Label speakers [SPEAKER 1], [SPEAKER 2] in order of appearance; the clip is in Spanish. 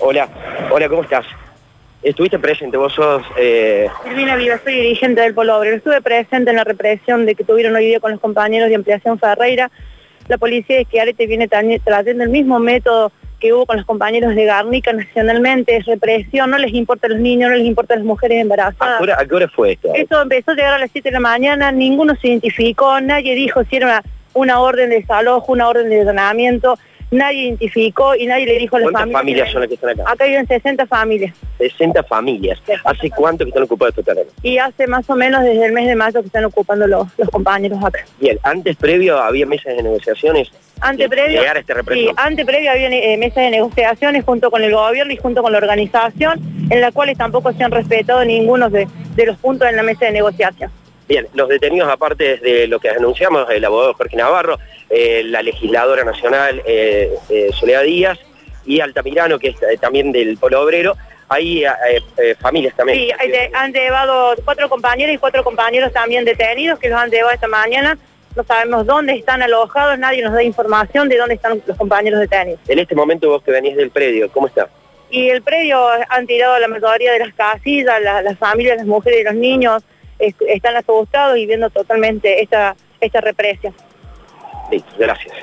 [SPEAKER 1] Hola, hola, ¿cómo estás? Estuviste presente, vos sos... eh,
[SPEAKER 2] Silvina Viva, soy dirigente del Polo Obrero. Estuve presente en la represión de que tuvieron hoy día con los compañeros de Ampliación Ferreira. La policía de Esquiarete viene tra- trayendo el mismo método que hubo con los compañeros de Garnica nacionalmente, es represión, no les importa a los niños, no les importa a las mujeres
[SPEAKER 1] ¿a,
[SPEAKER 2] embarazadas.
[SPEAKER 1] qué hora, a qué hora fue esto?
[SPEAKER 2] Eso empezó a llegar a las 7 de la mañana, ninguno se identificó, nadie dijo si era una, una orden de desalojo, una orden de allanamiento, nadie identificó y nadie le dijo a las
[SPEAKER 1] ¿Cuántas familias
[SPEAKER 2] que-
[SPEAKER 1] son las que están acá?
[SPEAKER 2] Acá viven 60 familias
[SPEAKER 1] 60 familias. ¿Hace cuánto que están ocupados estos terrenos?
[SPEAKER 2] y hace más o menos desde el mes de mayo que están ocupando los, los compañeros acá.
[SPEAKER 1] Bien, antes previo había mesas de negociaciones.
[SPEAKER 2] Ante
[SPEAKER 1] de
[SPEAKER 2] previo,
[SPEAKER 1] Llegar a este esta
[SPEAKER 2] sí,
[SPEAKER 1] represión.
[SPEAKER 2] ante previo había eh, mesas de negociaciones junto con el gobierno y junto con la organización, en las cuales tampoco se han respetado ninguno de, de los puntos en la mesa de negociación.
[SPEAKER 1] Bien, los detenidos, aparte de lo que anunciamos, el abogado Jorge Navarro, eh, la legisladora nacional eh, eh, Soledad Díaz y Altamirano, que es eh, también del Polo Obrero, hay eh, eh, familias también.
[SPEAKER 2] Sí, eh, de- han llevado cuatro compañeros y cuatro compañeros también detenidos que los han llevado esta mañana. No sabemos dónde están alojados, nadie nos da información de dónde están los compañeros detenidos.
[SPEAKER 1] En este momento vos que venís del predio, ¿cómo está?
[SPEAKER 2] Y el predio han tirado la mayoría de las casillas, la- las familias, las mujeres y los niños es- están asustados y viendo totalmente esta, esta represión.
[SPEAKER 1] Listo, gracias.